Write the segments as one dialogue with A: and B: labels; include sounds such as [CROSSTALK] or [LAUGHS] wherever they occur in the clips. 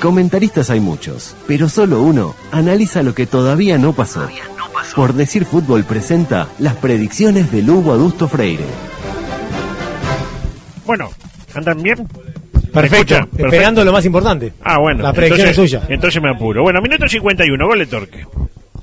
A: Comentaristas hay muchos, pero solo uno analiza lo que todavía no pasó. Por decir fútbol presenta las predicciones de Lugo Adusto Freire.
B: Bueno, ¿andan bien?
C: Perfecto,
B: Escucha, perfecto.
C: esperando lo más importante.
B: Ah, bueno.
C: La predicción es
B: entonces,
C: suya.
B: Entonces me apuro. Bueno, minuto 51, gol de Torque.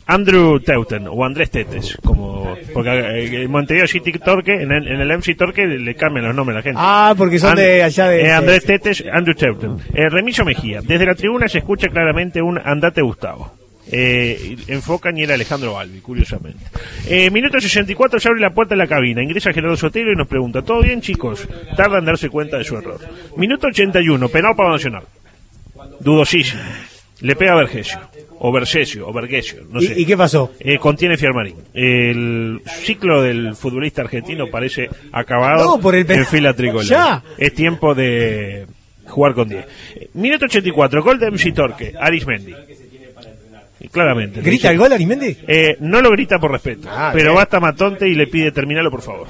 B: Andrew Teuten, o Andrés Tetes, como. Porque eh, el Montevideo City Torque, en el, en el MC Torque le cambian los nombres a la gente.
C: Ah, porque son
B: And-
C: de allá de. este.
B: eh, Andrés Tetes, Andrew Teuten. Eh, Remillo Mejía. Desde la tribuna se escucha claramente un andate Gustavo. Eh, y- enfocan y era Alejandro Balbi, curiosamente. Eh, minuto 64 se abre la puerta de la cabina. Ingresa Gerardo Sotelo y nos pregunta: ¿Todo bien, chicos? Tarda en darse cuenta de su error. Minuto 81, penal para Nacional. Dudosísimo. Le pega a Vergesio. O Vergesio, o Vergesio, no
C: ¿Y-
B: sé.
C: ¿Y, qué pasó?
B: Eh, contiene Fiarmarín. El ciclo del futbolista argentino parece acabado
C: No, por el pe-
B: en fila tricolor.
C: Ya.
B: Es tiempo de jugar con 10. Eh, Minuto 84, gol de MC Torque, Arismendi. Y Claramente. le dice-
C: ¿Grita el gol Arimendi?
B: Eh, no lo grita por respeto,
C: Ah,
B: pero
C: bien.
B: basta Matonte y le pide terminalo por favor.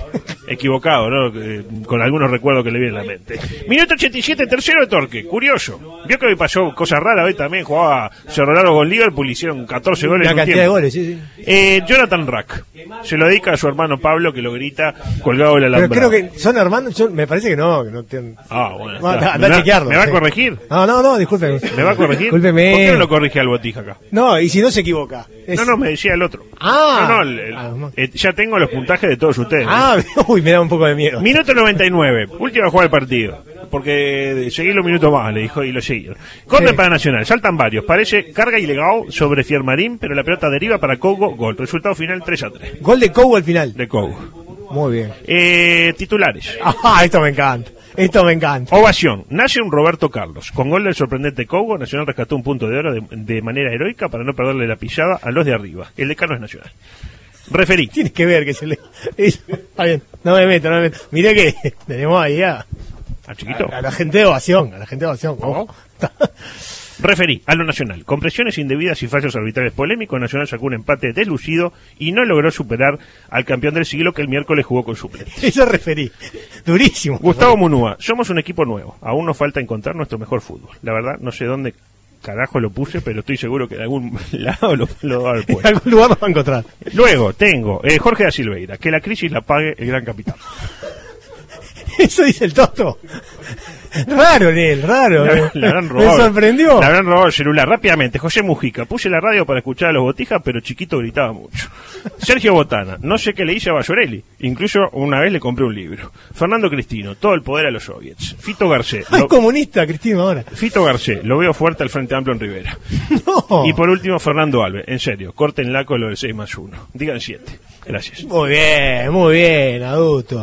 B: Equivocado, ¿no? Eh, con algunos recuerdos que le vienen a la mente. Minuto 87, tercero de Torque, curioso. Vio que hoy pasó cosa rara, hoy también jugaba Cerro Largo con Liverpool, hicieron 14 goles.
C: Una
B: en un
C: cantidad de
B: tiempo.
C: goles, sí, sí.
B: Eh, Jonathan Rack. Se lo dedica a su hermano Pablo, que lo grita colgado de la
C: Pero
B: lámpara.
C: creo que son hermanos. yo- me parece que no. Que no tienen...
B: Ah, bueno.
C: Bueno,
B: está. ¿Me,
C: anda- anda a
B: va,
C: chequearlo,
B: me va a
C: sí.
B: corregir?
C: No, no, no, discúlpeme.
B: ¿Me va a corregir?
C: Discúlpeme.
B: ¿Por qué no lo corrige al botija acá?
C: No, y si no se equivoca. Es-
B: No, no, me decía el otro.
C: Ah.
B: No, no, el- el-
C: Ah, no.
B: eh, ya tengo los puntajes de todos ustedes.
C: Ah, [LAUGHS] uy, me da un poco de miedo.
B: Minuto 99, última jugada del partido. Porque seguí los minutos más, le dijo, y lo siguieron. Corre
C: Sí.
B: para Nacional, saltan varios. Parece carga ilegal sobre Fiermarín, pero la pelota deriva para Cogo, gol. Resultado final 3 a 3
C: Gol de Cow al final.
B: de Cogo.
C: Muy bien.
B: Eh, titulares.
C: Ah, [LAUGHS] esto me encanta. Esto me encanta.
B: Ovación. Nace un Roberto Carlos. Con gol del sorprendente Cogo, Nacional rescató un punto de oro de, de manera heroica para no perderle la pillada a los de arriba. El de Carlos es Nacional. Referí.
C: Tienes que ver que se le. [LAUGHS] Está bien. No me meto, no me meto. Mirá que [LAUGHS] tenemos ahí a,
B: ¿A Ah, chiquito?
C: a la gente de ovación. A la gente de ovación. ojo. [LAUGHS]
B: Referí a lo nacional. Con presiones indebidas y fallos arbitrales polémicos, Nacional sacó un empate deslucido y no logró superar al campeón del siglo que el miércoles jugó con suplente.
C: Eso referí. Durísimo.
B: Gustavo Munúa, somos un equipo nuevo. Aún nos falta encontrar nuestro mejor fútbol. La verdad, no sé dónde carajo lo puse, pero estoy seguro que de algún [LAUGHS] lado lo, lo va a haber
C: En
B: [LAUGHS] puesto.
C: algún lugar lo va a encontrar.
B: Luego tengo eh, Jorge da Silveira. Que la crisis la pague el gran capitán.
C: Eso dice el Toto. Raro, Nel, [LAUGHS] raro. eh.
B: [LAUGHS] La, la habrán
C: me
B: robado.
C: sorprendió.
B: La habrán robado el celular rápidamente. José Mujica. Puse la radio para escuchar a los botijas, pero chiquito gritaba
C: [LAUGHS]
B: mucho. Sergio Botana. No sé qué le hice a Bayorelli. Incluso una vez le compré un libro. Fernando Cristino. Todo el poder a los soviets. Fito Garcés.
C: Ay,
B: lo-
C: comunista, Cristina, ahora.
B: Fito Garcés. Lo veo fuerte al Frente Amplio en Rivera.
C: No.
B: [LAUGHS] Y por último, Fernando Alves. En serio. Corten la con lo del 6 más 1. Digan 7. Gracias.
C: Muy bien, muy bien, adulto.